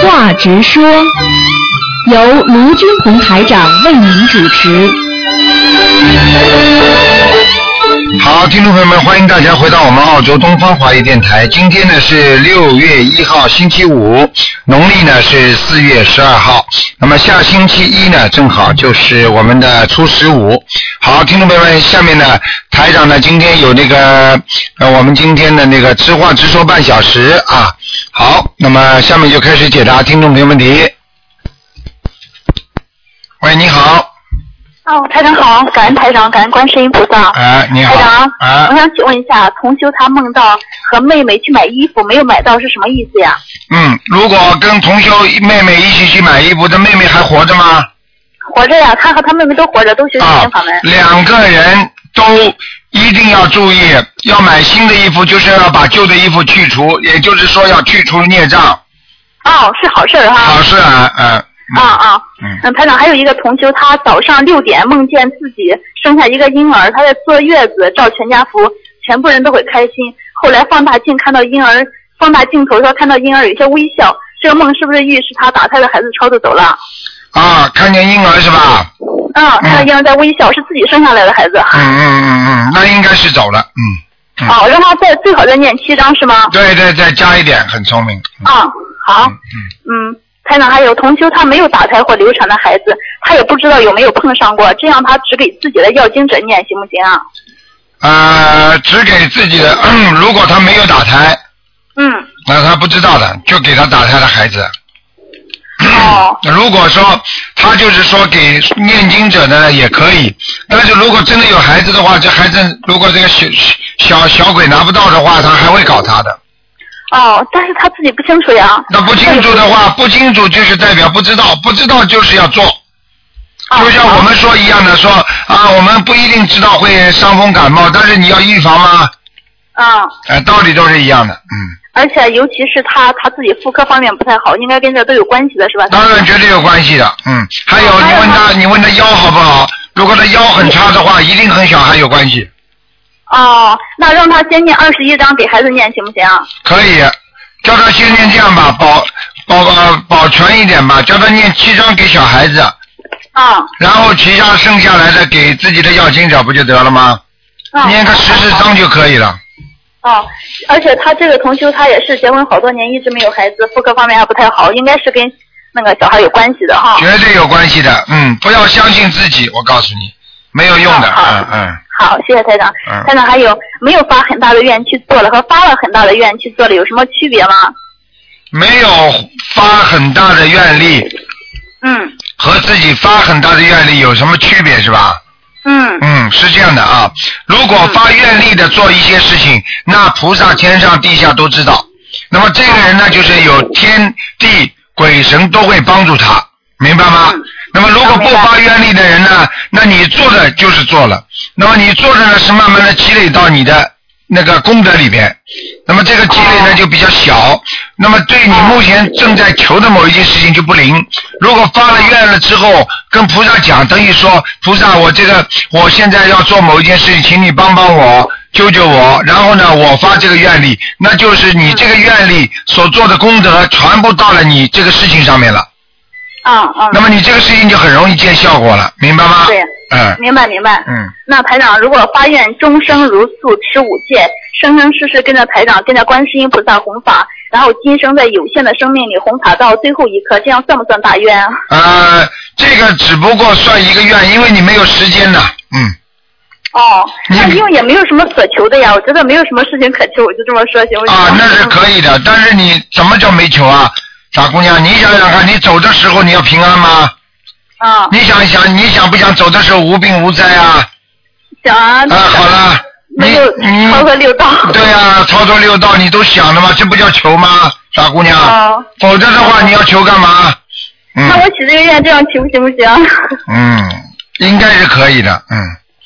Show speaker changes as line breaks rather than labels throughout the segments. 话直说，由卢军红台长为您主持。
好，听众朋友们，欢迎大家回到我们澳洲东方华语电台。今天呢是六月一号，星期五，农历呢是四月十二号。那么下星期一呢，正好就是我们的初十五。好，听众朋友们，下面呢，台长呢今天有那个呃，我们今天的那个直话直说半小时啊。好，那么下面就开始解答听众朋友问题。喂，你好，
哦，台长好，感恩台长，感恩观世音菩萨。
哎、你
台
好
长，，
啊
我，想请问一下，同修他梦到和妹妹去买衣服，没有买到是什么意思呀？
嗯，如果跟同修妹妹一起去买衣服，这妹妹还活着吗？啊
活着呀，他和他妹妹都活着，都学心灵法门。
两个人都一定要注意，要买新的衣服，就是要把旧的衣服去除，也就是说要去除孽障。
哦，是好事儿哈。
好事啊，嗯，
啊啊，
嗯，
嗯，台长还有一个同修，他早上六点梦见自己生下一个婴儿，他在坐月子，照全家福，全部人都很开心。后来放大镜看到婴儿，放大镜头说看到婴儿有些微笑，这个梦是不是预示他打胎的孩子超度走了？
啊，看见婴儿是吧？
嗯，看到婴儿在微笑，是自己生下来的孩子。
嗯嗯嗯嗯，那应该是走了，嗯，嗯
哦，让他再最好再念七章是吗？
对对，再加一点，很聪明。嗯
啊，好，
嗯
嗯，台长还有同修他没有打胎或流产的孩子，他也不知道有没有碰上过，这样他只给自己的要经者念行不行啊？
呃，只给自己的， 如果他没有打胎，
嗯，
那他不知道的，就给他打胎的孩子。嗯
哦，
如果说他就是说给念经者呢也可以，但是如果真的有孩子的话，这孩子如果这个小小小鬼拿不到的话，他还会搞他的。
哦，但是他自己不清楚呀。
那不清楚的话，不清楚就是代表不知道，不知道就是要做，
啊，
就像
好
我们说一样的，说啊，我们不一定知道会伤风感冒，但是你要预防嘛，
啊，
呃，道理都是一样的，嗯，
而且尤其是他他自己妇科方面不太好，应该跟这都有关系的是吧？
当然绝对有关系的，嗯，还有你问他，你问他腰好不好？如果他腰很差的话，一定和小孩有关系。
哦，那让他先念二十一章给孩子念行不行啊？
可以，叫他先念这样吧，保保呃保全一点吧，叫他念七章给小孩子，
啊，
然后其他剩下来的给自己的要经者不就得了吗？
啊
念个十四
好好好
章就可以了。
哦，而且他这个同修，他也是结婚好多年，一直没有孩子，妇科方面还不太好，应该是跟那个小孩有关系的哈。
绝对有关系的，嗯，不要相信自己，我告诉你，没有用的，
好好
嗯嗯，
好，谢谢台长。
嗯
台长还有没有发很大的愿去做了和发了很大的愿去做了有什么区别吗？
没有发很大的愿力
嗯
和自己发很大的愿力有什么区别是吧？
嗯
嗯，是这样的啊，如果发愿力的做一些事情，那菩萨天上地下都知道。那么这个人呢，就是有天地鬼神都会帮助他，明白吗？
嗯
那么如果不
明白
发愿力的人呢，那你做的就是做了，那么你做的呢是慢慢的积累到你的那个功德里边，那么这个积累呢
哦
就比较小，那么对你目前正在求的某一件事情就不灵。如果发了愿了之后，跟菩萨讲，等于说菩萨，我这个我现在要做某一件事情，请你帮帮我，救救我。然后呢，我发这个愿力，那就是你这个愿力所做的功德全部到了你这个事情上面了。
嗯嗯。
那么你这个事情就很容易见效果了，明白吗？
对
嗯
明白明白。
嗯，
那台长，如果发愿终生如素持五戒，生生世世跟着台长，跟着观世音菩萨弘法，然后今生在有限的生命里弘法到最后一刻，这样算不算大愿啊？
呃，这个只不过算一个愿，因为你没有时间呐。嗯，
哦，
你
那因为也没有什么可求的呀，我觉得没有什么事情可求，我就这么说行不行？
啊，那是可以的，但是你怎么叫没求啊？傻姑娘，你想想看，你走的时候你要平安吗？
啊，
你想一想，你想不想走的时候无病无灾啊？
想啊，
啊，好了，你
没有
你
超过六道。
对啊，操作六道你都想了吗？这不叫求吗，傻姑娘？
哦
否则的话你要求干嘛？
那我
啊嗯
许这个愿，这样行不行不行？
嗯，应该是可以的，嗯。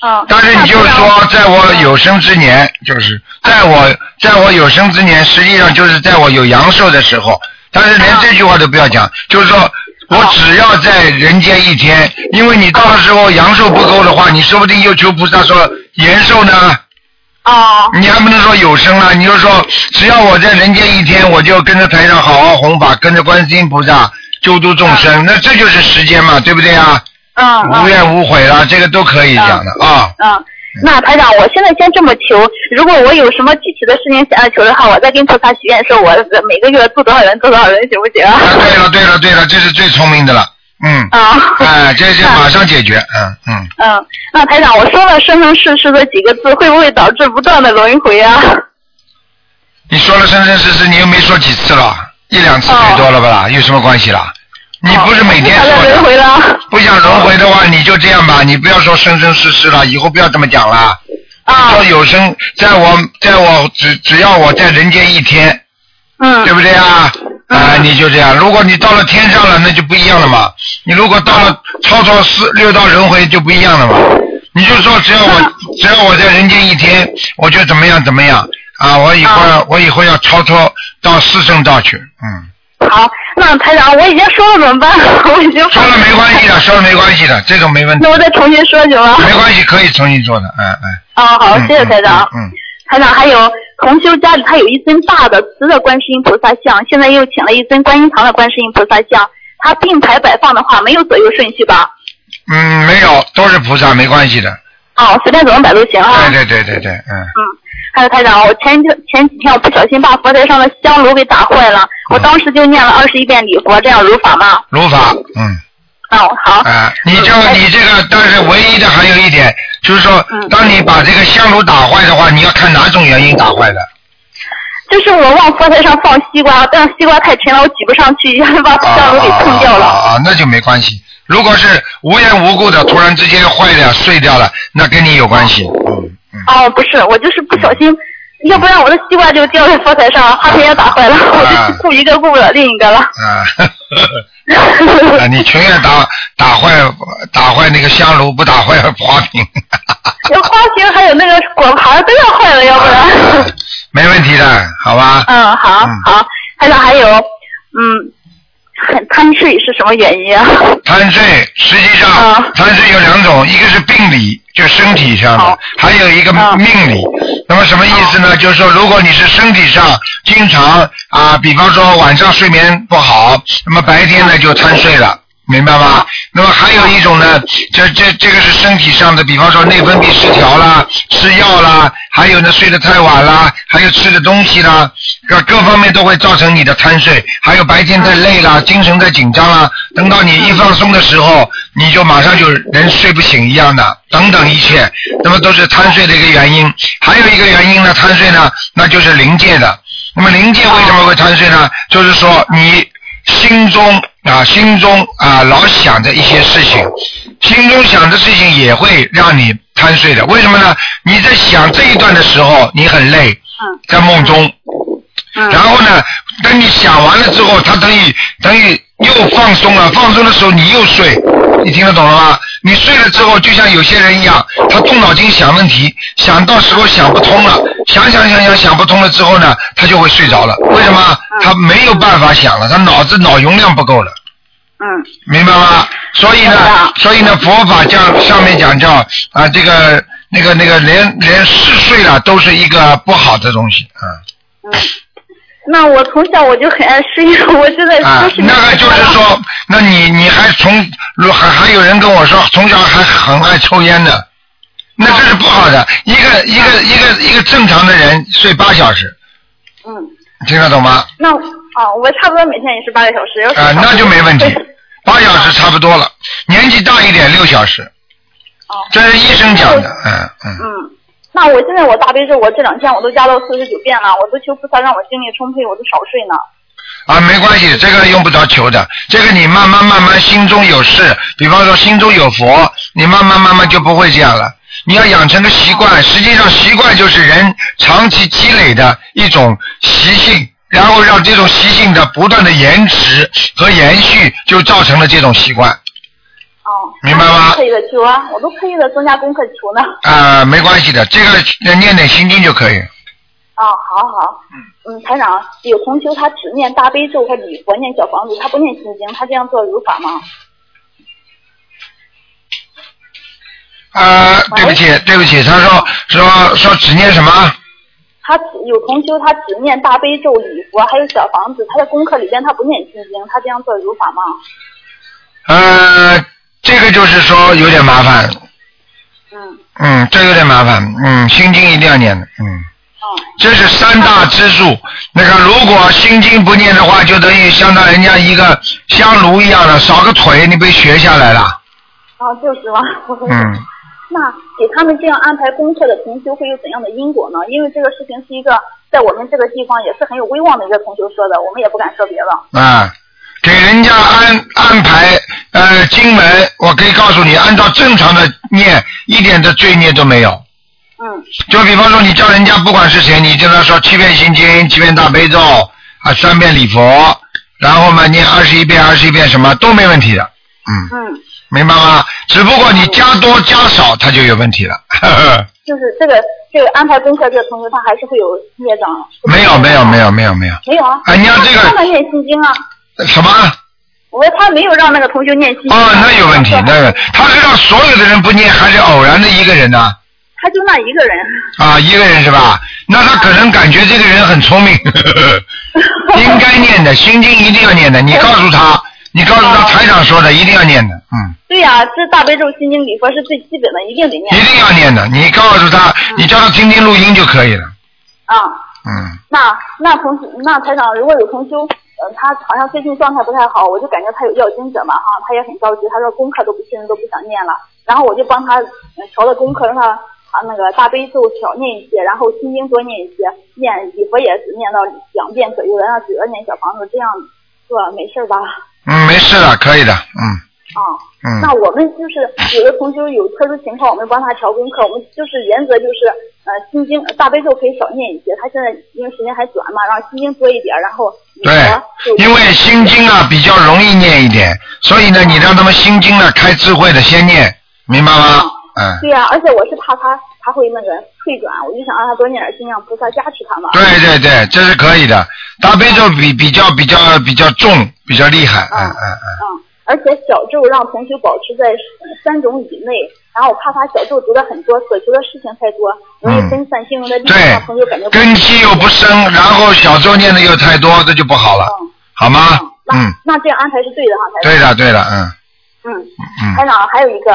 嗯，
但是你就是说，在我有生之年，就是在我在我有生之年，实际上就是在我有阳寿的时候。但是连这句话都不要讲，就是说我只要在人间一天，因为你到了时候阳寿不够的话，你说不定又求菩萨说延寿呢。
哦
你还不能说有生啊，你就说只要我在人间一天，我就跟着台上好好弘法，跟着观世音菩萨救度众生，那这就是时间嘛，对不对啊？
嗯
无
嗯
怨无悔了，这个都可以讲的啊。
嗯。那台长，我现在先这么求，如果我有什么具体的事情想要求的话，我再跟菩萨许愿，说我每个月度多少人，度多少人，行不行
啊，
啊？
对了对了对了，这是最聪明的了，嗯，
啊，
哎，这这马上解决，嗯嗯，
嗯，那台长，我说了生生世世的几个字，会不会导致不断的轮回啊？
你说了生生世世，你又没说几次了，一两次最多了吧啦，有什么关系啦？
哦
你不是每天
不想
说
再轮
的，
回了？
不想轮回的话，你就这样吧，你不要说生生世世了，以后不要这么讲了。
啊，
说有生，在我在我只只要我在人间一天，
嗯
对，不对啊？啊，你就这样。如果你到了天上了，那就不一样了嘛。你如果到了超超四六道轮回，就不一样了嘛。你就说只要
嗯
我只要我在人间一天，我就怎么样怎么样啊！我以后要
嗯
我以后要超脱到四圣道去，嗯。
好，那台长，我已经说了怎么办？ 我已经
说了没关
嗯
系的，说了没关系的，这种没问题
那，我再重新说行吗？
没关系，可以重新做的，嗯嗯。
啊，好，
嗯
谢谢台长。
嗯嗯。嗯
台长，还有同修家里他有一尊大的瓷的观世音菩萨像，现在又请了一尊观音堂的观世音菩萨像，它并排摆放的话，没有左右顺序吧？
嗯，没有，都是菩萨，没关系的。
哦，随便怎么摆都行啊。
对对对对对，嗯。
还有台长，我前天前几天我不小心把佛台上的香炉给打坏了，
嗯
我当时就念了二十一遍礼佛，这样如法吗？
如法，嗯。
哦，好，
啊，你就你这个，但是唯一的还有一点，就是说，
嗯
当你把这个香炉打坏的话，你要看哪种原因打坏的。
就是我往佛台上放西瓜，但是西瓜太沉了，我挤不上去，一下就把香炉给碰掉
啊
了。
啊啊，那就没关系。如果是无缘无故的，突然之间坏掉、碎掉了，那跟你有关系。嗯嗯。
哦，不是，我就是不小心，要不然我的西瓜就掉在佛台上，花瓶也打坏了，我
嗯
就顾一个顾不了另一个了。
啊，呵呵呵啊你情愿打打坏打坏那个香炉，不打坏花瓶。
那花瓶还有那个果盘都要坏了，要不然。
没问题的，好吧？
嗯，好
嗯
好，还有还有，嗯，很贪睡是什么原因啊？
贪睡实际上
啊，
贪睡有两种，一个是病理，就身体上的
好，
还有一个
啊
命理。那么什么意思呢？就是说，如果你是身体上经常啊，比方说晚上睡眠不好，那么白天
嗯
呢就贪睡了。明白吗？那么还有一种呢，这这这个是身体上的，比方说内分泌失调啦，吃药啦，还有呢睡得太晚啦，还有吃的东西啦，各各方面都会造成你的贪睡，还有白天太累啦，精神太紧张啦，等到你一放松的时候，你就马上就人睡不醒一样的，等等一切，那么都是贪睡的一个原因。还有一个原因呢，贪睡呢，那就是临界的。那么临界为什么会贪睡呢？就是说你心中啊，心中啊，老想着一些事情，心中想的事情也会让你贪睡的。为什么呢？你在想这一段的时候，你很累，在梦中，
嗯
然后呢，等你想完了之后，他等于等于又放松了，放松的时候你又睡，你听得懂了吗？你睡了之后，就像有些人一样，他动脑筋想问题，想到时候想不通了，想想想想想不通了之后呢，他就会睡着了。为什么？他没有办法想了，他脑子脑容量不够了。
嗯
明白吗？所以
明白
呢
了，
所以呢，佛法讲上面讲叫啊，这个那个那个连连嗜睡了都是一个不好的东西，嗯。
嗯。那我从小我就很爱吃药，我真的
啊
都，哎是
那个就是说，那你你还从如还还有人跟我说，从小还很爱抽烟的，那这是不好的。一个一个一个一个正常的人睡八小时，
嗯，
你听得懂吗？
那啊，我差不多每天也是八个小时。要是
啊、那就没问题， 八小时差不多了。年纪大一点，六小时，
哦，
这是医生讲的，嗯嗯。
嗯，那我现在我大悲咒，我这两天我都加到四十九遍了，我都求菩萨让我精力充沛，我都少睡呢。
啊，没关系，这个用不着求的，这个你慢慢慢慢心中有事，比方说心中有佛，你慢慢慢慢就不会这样了。你要养成个习惯，实际上习惯就是人长期积累的一种习性，然后让这种习性的不断的延迟和延续，就造成了这种习惯。
哦，
明白吗
那我刻意的求啊，我都刻意的增加功课求呢。
啊、没关系的，这个念点心经就可以。
哦，好好。嗯，台长，有同修他只念大悲咒和礼佛，念小房子，他不念心经，他这样做如法吗？
呃，对不起，对不起，他说说说只念什么？
他只有同修，他只念大悲咒、礼佛，还有小房子。他的功课里边他不念心经，他这样做有法吗？
呃，这个就是说有点麻烦，
嗯
嗯，这有点麻烦，嗯，心经一定要念的，嗯，
嗯
这是三大支柱。那个如果心经不念的话，就等于相当人家一个香炉一样的，少个腿你被学下来了，
啊，就是嘛。
嗯。
那给他们这样安排功课的同修会有怎样的因果呢？因为这个事情是一个在我们这个地方也是很有威望的一个同修说的，我们也不敢说别的。
啊，给人家安安排呃经文，我可以告诉你，按照正常的念，一点的罪孽都没有。
嗯
就比方说，你叫人家不管是谁，你就他说七遍心经、七遍大悲咒啊，三遍礼佛，然后嘛念二十一遍、二十一遍什么都没问题的。嗯，
嗯，
明白吗？只不过你加多加少，它就有问题了。 呵呵
就是这个这个安排功课这个同修他还是会有业障。是不是
没有没有没有没有没有，
没有啊。
哎你要这个
他让他念心经啊，
什么？
我说他没有让那个同修念心经。啊
哦，那有问
嗯
题，那个他是让所有的人不念，还是偶然的一个人呢、
他就那一个人。
啊，一个人是吧？那他可能感觉这个人很聪明， 应该念的，心经一定要念的。你告诉他，你告诉他，
哦
台长说的，一定要念的，嗯，
对呀、这大悲咒、心经、礼佛是最基本的，一定得
一
念
定要念的。你告诉他，你叫他听听录音就可以了，
啊。
嗯，
那那同时那台长，如果有同修，呃，他好像最近状态不太好，我就感觉他有药精者嘛哈、他也很着急，他说功课都不信都不想念了，然后我就帮他、呃调了功课，让他啊那个大悲咒少念一些，然后心经多念一些，念礼佛也只念到两遍左右，然后只要念小房子，这样做没事儿吧？
嗯，没事的，可以的，嗯
啊、那
嗯，
我们就是有的同学有特殊情况，我们帮他调功课，我们就是原则就是，呃，心经、大悲咒可以少念一些。他现在因为时间还短嘛，然后心经多一点，然后礼佛就
对，因为心经啊比较容易念一点，所以呢，你让他们心经呢开智慧的先念，明白吗？嗯，
对呀、而且我是怕他他会那个退转，我就想让他多念点心，让菩萨加持他嘛。
对对对，这是可以的。大悲咒比比较比较比较重，比较厉害，嗯嗯嗯。
嗯，而且小咒让同学保持在呃三种以内，然后我怕他小咒读的很多，所求的事情太多，容易分散心灵的力量，让同学感觉
嗯对，嗯根基又不深，然后小咒念的又太多，这就不好了，
嗯
好吗？
那
嗯，
那这样安排是对的哈，台长。
对的，对的，嗯
嗯。台
嗯，
长，还有一个，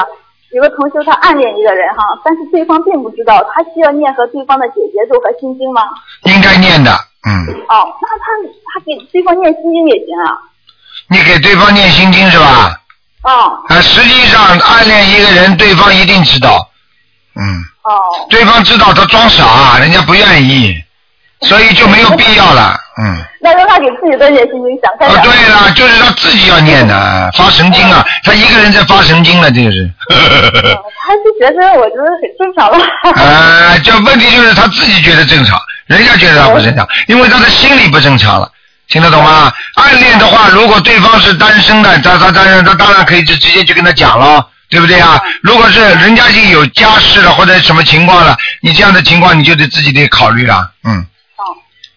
有个同修他暗恋一个人哈，但是对方并不知道，他需要念和对方的姐姐咒和心经吗？
应该念的，嗯，
哦，那他他给对方念心经也行啊。
你给对方念心经是吧？
哦
啊，实际上暗恋一个人，对方一定知道，嗯，
哦
对方知道他装傻，啊人家不愿意，所以就没有必要了，嗯。
那让他给自己多念心经，想开
哦，
点。
对了，就是他自己要念的，发神经啊，他一个人在发神经了，这个是。
嗯他是学生，我觉得很正常了。 哦
呃，这问题就是他自己觉得正常，人家觉得他不正常，因为他的心理不正常了，听得懂吗？暗恋的话，如果对方是单身的，他他当然他当然可以就直接就跟他讲了，对不对啊？如果是人家已经有家室了或者什么情况了，你这样的情况你就得自己得考虑了，嗯。
哦，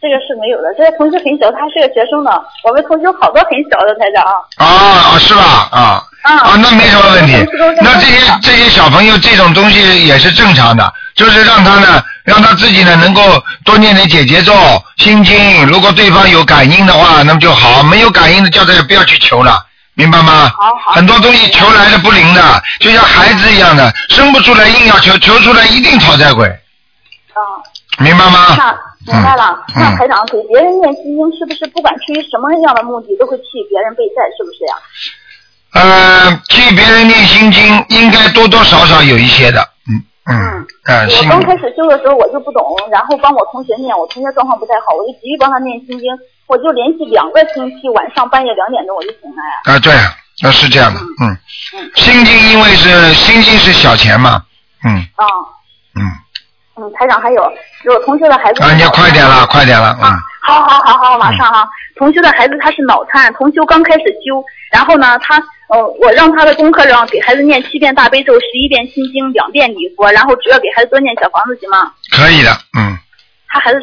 这个是没有的，这个同学很小，他是个学生呢。我们同学好多很小的台长。
啊啊是吧啊
啊
啊那没什么问题
这个东西，都是
那这些
正常的
这些小朋友这种东西也是正常的，就是让他呢让他自己呢能够多念点解结咒心经，如果对方有感应的话，那么就好；没有感应的叫他也不要去求了，明白吗？
好好
很多东西求来的不灵的，就像孩子一样的，生不出来硬要求，求出来一定讨债鬼，
嗯。
明白吗？
那明白了，
嗯
那台长给别人念心经，是不是不管出于什么样的目的，都会替别人背债，是不是呀？
呃，替别人念心经应该多多少少有一些的，嗯嗯嗯，
我
心
刚开始修的时候我就不懂，然后帮我同学念，我同学状况不太好，我就急于帮他念心经，我就连续两个星期晚上半夜两点钟我就醒来啊。
啊，对，那是这样的，嗯
嗯，
心经因为是心经是小钱嘛，嗯
啊，
嗯，
嗯，台长还有，有同学的孩子
啊，你要快点啦，快点啦，
啊
嗯，
好好好好，马上啊！同修的孩子他是脑瘫，同修刚开始修，然后呢，他呃，我让他的功课让给孩子念七遍大悲咒，十一遍心经，两遍礼佛，然后只要给孩子多念小房子行吗？
可以的，嗯，
他孩子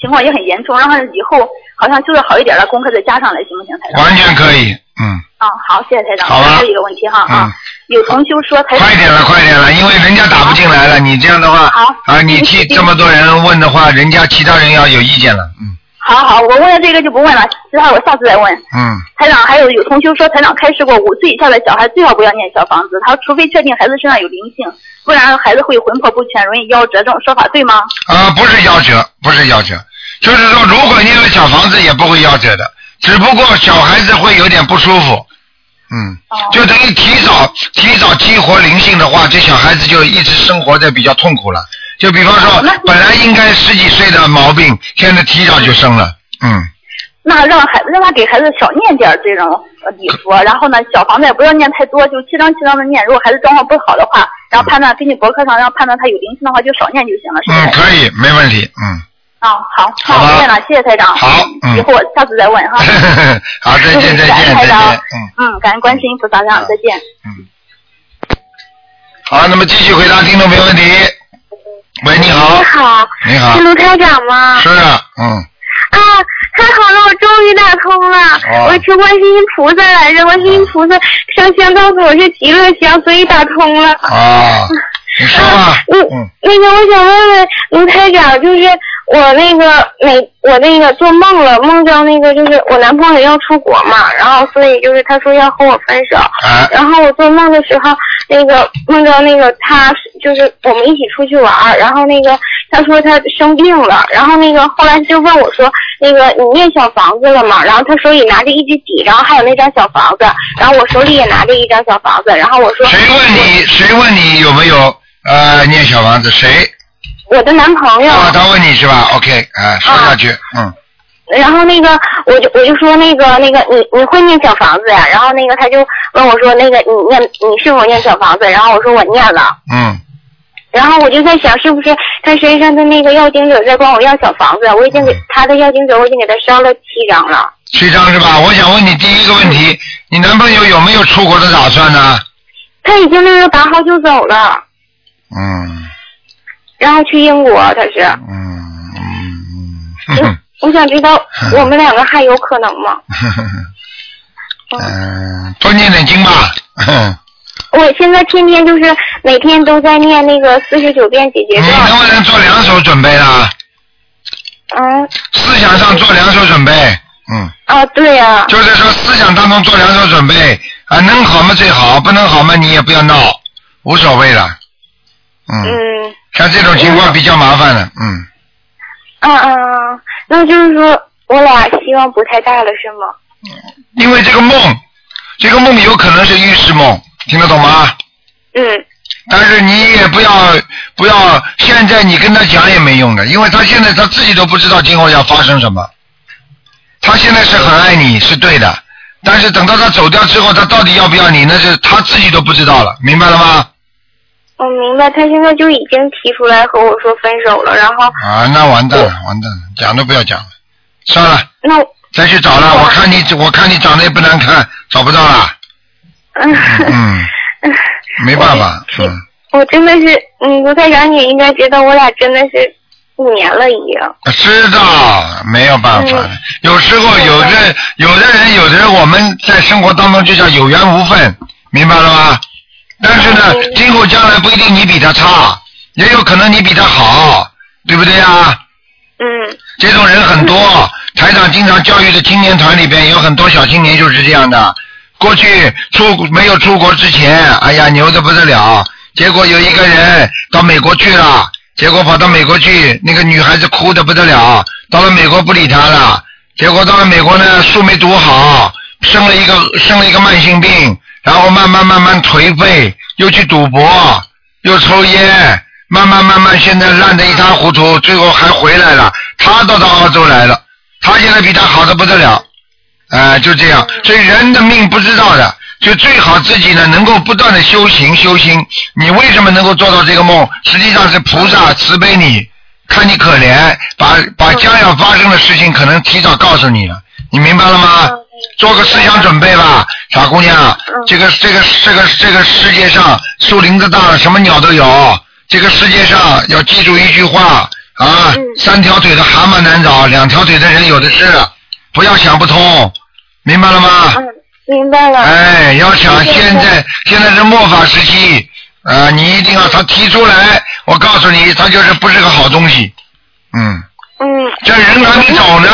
情况也很严重，让他以后好像修的好一点了，功课再加上来行不行，台长？
完全可以，嗯
啊，好，谢谢台长。
好啊
还有一个问题哈啊
嗯，
有同修说台长
快点了，快点了，因为人家打不进来了，你这样的话
好，
啊，你替这么多人问的话，人家其他人要有意见了，嗯
好好，我问了这个就不问了，其他我下次再问。
嗯，
台长，还有有同修说，台长开示过，五岁以下的小孩最好不要念小房子，他说除非确定孩子身上有灵性，不然孩子会魂魄不全，容易夭折。这种说法对吗？
啊，不是夭折，不是夭折，就是说如果念了小房子也不会夭折的，只不过小孩子会有点不舒服，嗯，
哦
就等于提早提早激活灵性的话，这小孩子就一直生活在比较痛苦了。就比方说
哦那是，
本来应该十几岁的毛病，现在提早就生了，嗯。
那让孩让他给孩子少念点儿这种呃礼佛，然后呢，小房子也不要念太多，就七张七张的念。如果孩子状况不好的话，然后判断根据博客上让判断他有灵性的话，就少念就行了，是不
嗯，
啊是？
可以，没问题，嗯。
啊、好，那
好吧
我问了，谢谢台长。
好嗯
以 后我啊下次再问哈。
好， 再见，再
感恩
见，再
台
见，
长
嗯。
嗯，感恩观世音菩萨，台长再见。
嗯。好，那么继续回答听众朋友问题。喂，你好
你，好，
你好
是，卢台长吗？
是啊，嗯，
啊，太好了，我终于打通了。
哦
我求观世音菩萨来着，观世音菩萨上香告诉我是极乐香，所以打通了。
啊，你说吧
嗯，，
嗯，
那个我想问问卢台长，就是我那个每我那个做梦了，梦到那个就是我男朋友要出国嘛，然后所以就是他说要和我分手，
哎，
然后我做梦的时候，那个梦到那个他是就是我们一起出去玩儿，然后那个他说他生病了，然后那个后来就问我说，那个你念小房子了吗？然后他手里拿着一支笔，然后还有那张小房子，然后我手里也拿着一张小房子，然后我说
谁问你？谁问你有没有呃念小房子？谁？
我的男朋友，
啊，他问你是吧？OK，啊，说下去，嗯，
然后那个我就我就说那个那个你你会念小房子呀、然后那个他就问我说那个你念你是否念小房子？然后我说我念了。
嗯，
然后我就在想，是不是他身上的那个药精者在管我要小房子？我已经给他的药精者，我已经给他烧了七张了。
七张是吧？我想问你第一个问题，你男朋友有没有出国的打算呢？
他已经六月八号就走了，
嗯
然后去英国，他是。
嗯嗯，嗯 哼
我想知道我们两个还有可能吗？
哼，嗯，多念点经吧。嗯
我现在天天就是每天都在念那个四十九遍解
你
决咒。
能不能做两手准备啦？
嗯
思想上做两手准备，嗯，
啊，对呀、啊，
就是说思想当中做两手准备啊，能好嘛最好，不能好嘛你也不要闹，无所谓了。嗯，
嗯
像这种情况比较麻烦了，嗯，
嗯嗯，那就是说我俩希望不太大了，是吗？
因为这个梦，这个梦有可能是预示梦，听得懂吗？
嗯
但是你也不要不要，现在你跟他讲也没用的，因为他现在他自己都不知道今后要发生什么。他现在是很爱你，是对的，但是等到他走掉之后，他到底要不要你，那是他自己都不知道了，明白了吗？
我明白，他现在就已经提出来和我说分手了，然后
啊，那完蛋了，完蛋了，讲都不要讲了，算了，
那
再去找了。我看你，我看你长得也不难看，找不到了。
嗯，
嗯，没办法，嗯，
我真的是，嗯，卢台长，你也应该知道，我俩真的是五年了已经。
知道，没有办法的。
嗯
有时候有的有的人，有的人我们在生活当中就叫有缘无分，明白了吗？但是呢，
嗯
今后将来不一定你比他差，也有可能你比他好，对不对啊？
嗯
这种人很多，台长经常教育的青年团里边有很多小青年就是这样的。过去出没有出国之前，哎呀牛的不得了，结果有一个人到美国去了，结果跑到美国去，那个女孩子哭的不得了，到了美国不理他了，结果到了美国呢书没读好，生了一个生了一个慢性病，然后慢慢慢慢颓废，又去赌博，又抽烟，慢慢慢慢，现在烂得一塌糊涂，最后还回来了。他倒到澳洲来了，他现在比他好的不得了，哎、就这样。所以人的命不知道的，就最好自己呢能够不断的修行修心。你为什么能够做到这个梦？实际上是菩萨慈悲你，看你可怜，把把将要发生的事情可能提早告诉你了，你明白了吗？做个思想准备吧，傻姑娘，这个这个这个这个世界上树林子大了，什么鸟都有。这个世界上要记住一句话啊，三条腿的蛤蟆难找，两条腿的人有的是。不要想不通，明白了吗？
嗯明白了。
哎，要想现在现在是末法时期，啊、你一定要他提出来，我告诉你，他就是不是个好东西。嗯，
嗯，
这人还没走呢，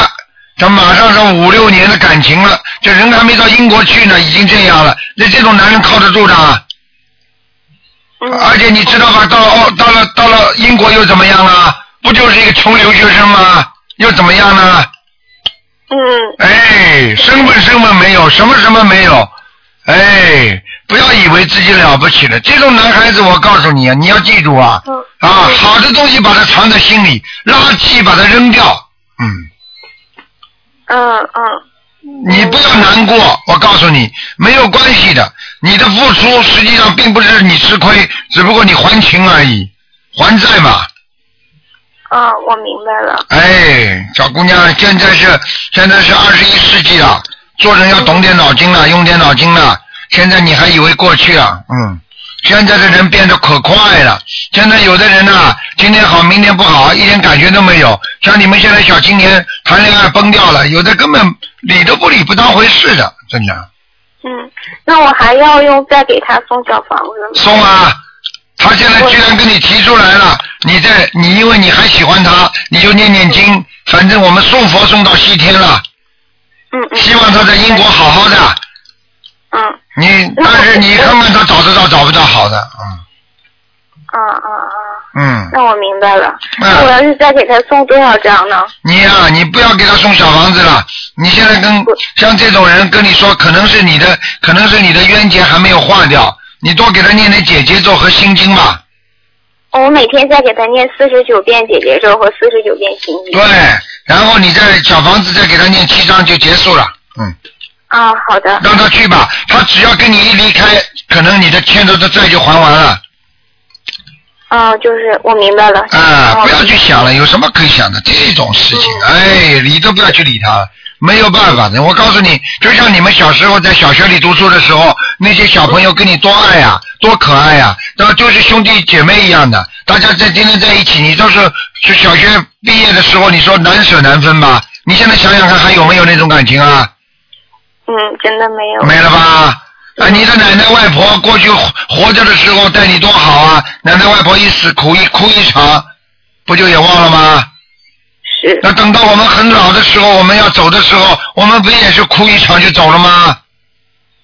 这马上是五六年的感情了，这人还没到英国去呢，已经这样了，那这种男人靠得住的啊？
嗯
而且你知道吧，到了澳，到了到了英国又怎么样啊？不就是一个穷留学生吗？又怎么样呢？
嗯
哎，身份身份没有，什么什么没有，哎，不要以为自己了不起了。这种男孩子，我告诉你啊，你要记住啊，
嗯
啊，好的东西把它藏在心里，垃圾把它扔掉，嗯。
嗯嗯
你不要难过，我告诉你，没有关系的。你的付出实际上并不是你吃亏，只不过你还情而已，还债嘛。
嗯，我明白了。
哎，小姑娘，现在是现在是二十一世纪了，做人要懂点脑筋了，用点脑筋了。现在你还以为过去啊？嗯，现在的人变得可快了。现在有的人呐、今天好，明天不好，一点感觉都没有。像你们现在小青年谈恋爱崩掉了，有的根本理都不理，不当回事的，真的。
嗯，那我还要用再给他送小房子吗？
送啊！他现在居然跟你提出来了，你在你因为你还喜欢他，你就念念经，反正我们送佛送到西天了，
嗯嗯
希望他在英国好好的。
嗯嗯
你但是你看看他找得到找不到好的，
嗯嗯，
嗯嗯，
那我明白了。那我
嗯，
要是再给他送多少张呢？
你呀、你不要给他送小房子了。你现在跟像这种人跟你说，可能是你的可能是你的冤结还没有化掉，你多给他念点解结咒和心经吧。
我每天再给他念四十九遍姐姐咒和四十九遍心经
对。，然后你在小房子再给他念七章就结束了。嗯。
啊，好的。
让他去吧，他只要跟你一离开，可能你的欠着的债就还完了
嗯，就是我明白了。
啊！
哦
不要去想了，有什么可以想的？这种事情，哎，理都不要去理他，没有办法的。我告诉你，就像你们小时候在小学里读书的时候，那些小朋友跟你多爱呀、多可爱呀、然后就是兄弟姐妹一样的，大家在天天在一起。你都是去小学毕业的时候，你说难舍难分吧？你现在想想看，还有没有那种感情啊？
嗯，真的没有。
没了吧？啊，你的奶奶外婆过去活活着的时候待你多好啊！奶奶外婆一死苦一哭一场，不就也忘了吗？
是。
那等到我们很老的时候，我们要走的时候，我们不也是哭一场就走了吗？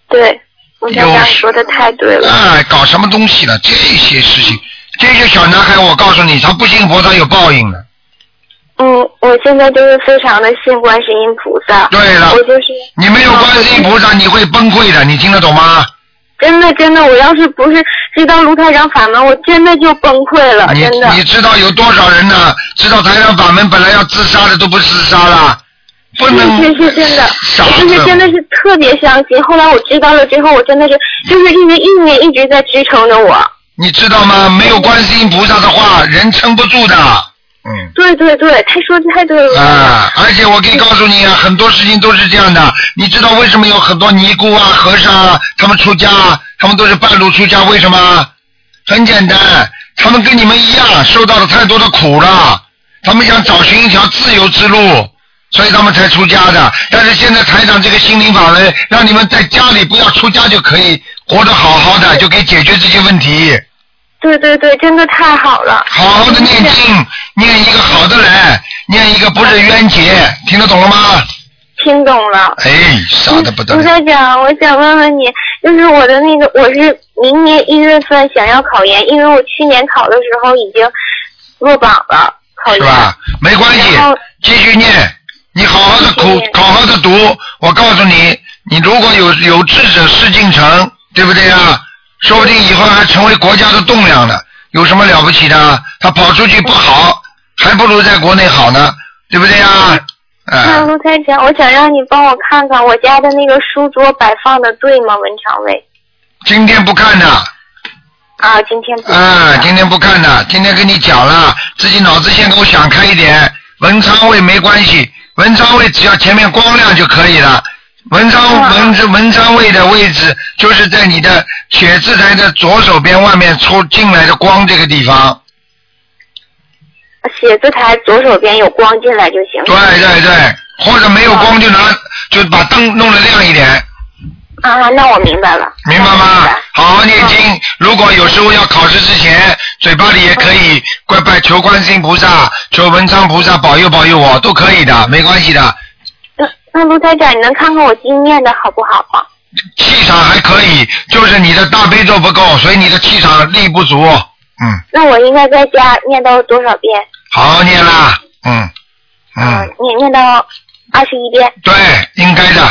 对，我想
有
想你说的太对了。
哎，搞什么东西了？这些事情，这些小男孩，我告诉你，他不信佛，他有报应的。
嗯，我现在就是非常的信观世音菩萨。
对了
我，就是
你没有观世音菩萨，你会崩溃的，你听得懂吗？
真的真的，我要是不是知道卢台长法门，我真的就崩溃了，
你
啊真的。
你知道有多少人呢？知道台上法门本来要自杀的都不自杀了，不能
是是是真的，
傻
我
子
就是真的是特别相信。后来我知道了之后，我真的是就是因为意念一直在支撑着我。
你知道吗？没有观世音菩萨的话，人撑不住的。嗯。
对对对，他说的太对了。
啊，而且我可以告诉你啊，很多事情都是这样的。你知道为什么有很多尼姑啊、和尚啊，他们出家，啊，他们都是半路出家？为什么？很简单，他们跟你们一样，受到了太多的苦了，他们想找寻一条自由之路，所以他们才出家的。但是现在台长这个心灵法门，让你们在家里不要出家就可以活得好好的，就可以解决这些问题。
对对对，真的太好了。
好好的念经，念一个好的人，念一个不是冤结，听得懂了吗？
听懂了。
哎，傻的不得
卢
了。
台长，我想问问你，就是我的那个，我是明年一月份想要考研，因为我去年考的时候已经落榜了，考
是
研。
吧？没关系
嗯然后，
继续念，你好好的
继续
苦，
念
好好的读。我告诉你，你如果有有志者事竟成，对不对
嗯
啊？说不定以后还成为国家的栋梁呢，有什么了不起的？啊他跑出去不好，还不如在国内好呢，对不对啊？
那
哎，
卢台长，我想让你帮我看看我家的那个书桌摆放的对吗？文昌位
今天不看的。
啊，今天不
啊，今天不看了，今天跟你讲了，自己脑子先给我想开一点。文昌位没关系，文昌位只要前面光亮就可以了。文昌
哇
文文昌位的位置就是在你的写字台的左手边外面抽进来的光这个地方。
写字台左手边有光进来就行。
对对对，或者没有光就拿就把灯弄得亮一点。
啊，那我明白了。啊
明白吗？好好念经。如果有时候要考试之前，嘴巴里也可以跪拜求观世音菩萨、求文昌菩萨保佑保佑我，都可以的，没关系的。
那那卢台长，你能看看我今念的好不好吗？
气场还可以，就是你的大悲咒不够，所以你的气场力不足。嗯，
那我应该在家念到多少遍？
好好念啦。嗯嗯，
嗯，念念到二十一遍。
对，应该的。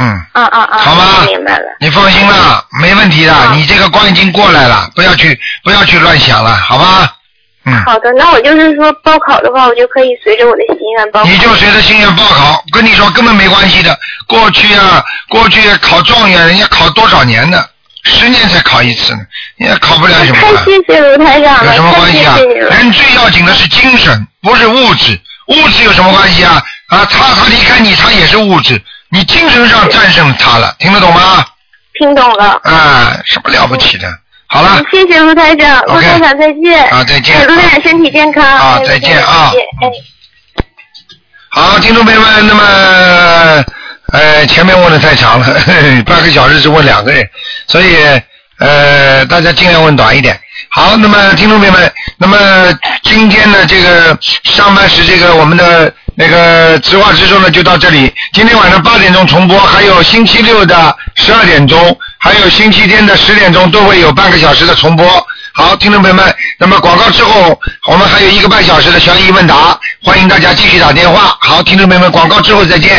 嗯，
嗯嗯嗯，
好吗
明白了。
你放心啦，没问题的。你这个关已经过来了，不要去不要去乱想了，好吧？嗯，
好的，那我就是说报考的话，我就可以随着我的心愿报考。
你就随着心愿报考，跟你说根本没关系的。过去啊，过去考状元人家考多少年呢？十年才考一次呢，你也考不了什么
太
了。
谢谢卢台长
有
了，
什么
太
关
谢
系啊
谢你？了。
人最要紧的是精神，不是物质。物质有什么关系啊？啊，他他离开你，他也是物质，你精神上战胜他了，听得懂吗？
听懂了，嗯
啊，什么了不起的？好了，
谢谢卢台长，
OK
卢台长再见。
啊再见
哎卢台长身体健康。
啊
哎
再见啊
再见哎。
好，听众朋友们，那么呃，前面问的太长了， 半个小时只问两个人，所以呃，大家尽量问短一点。好，那么听众朋友们，那么今天呢，这个上半时这个我们的那个直话直说呢就到这里。今天晚上八点钟重播，还有星期六的十二点钟，还有星期天的十点钟都会有半个小时的重播。好，听众朋友们，那么广告之后，我们还有一个半小时的悬疑问答，欢迎大家继续打电话。好，听众朋友们，广告之后再见。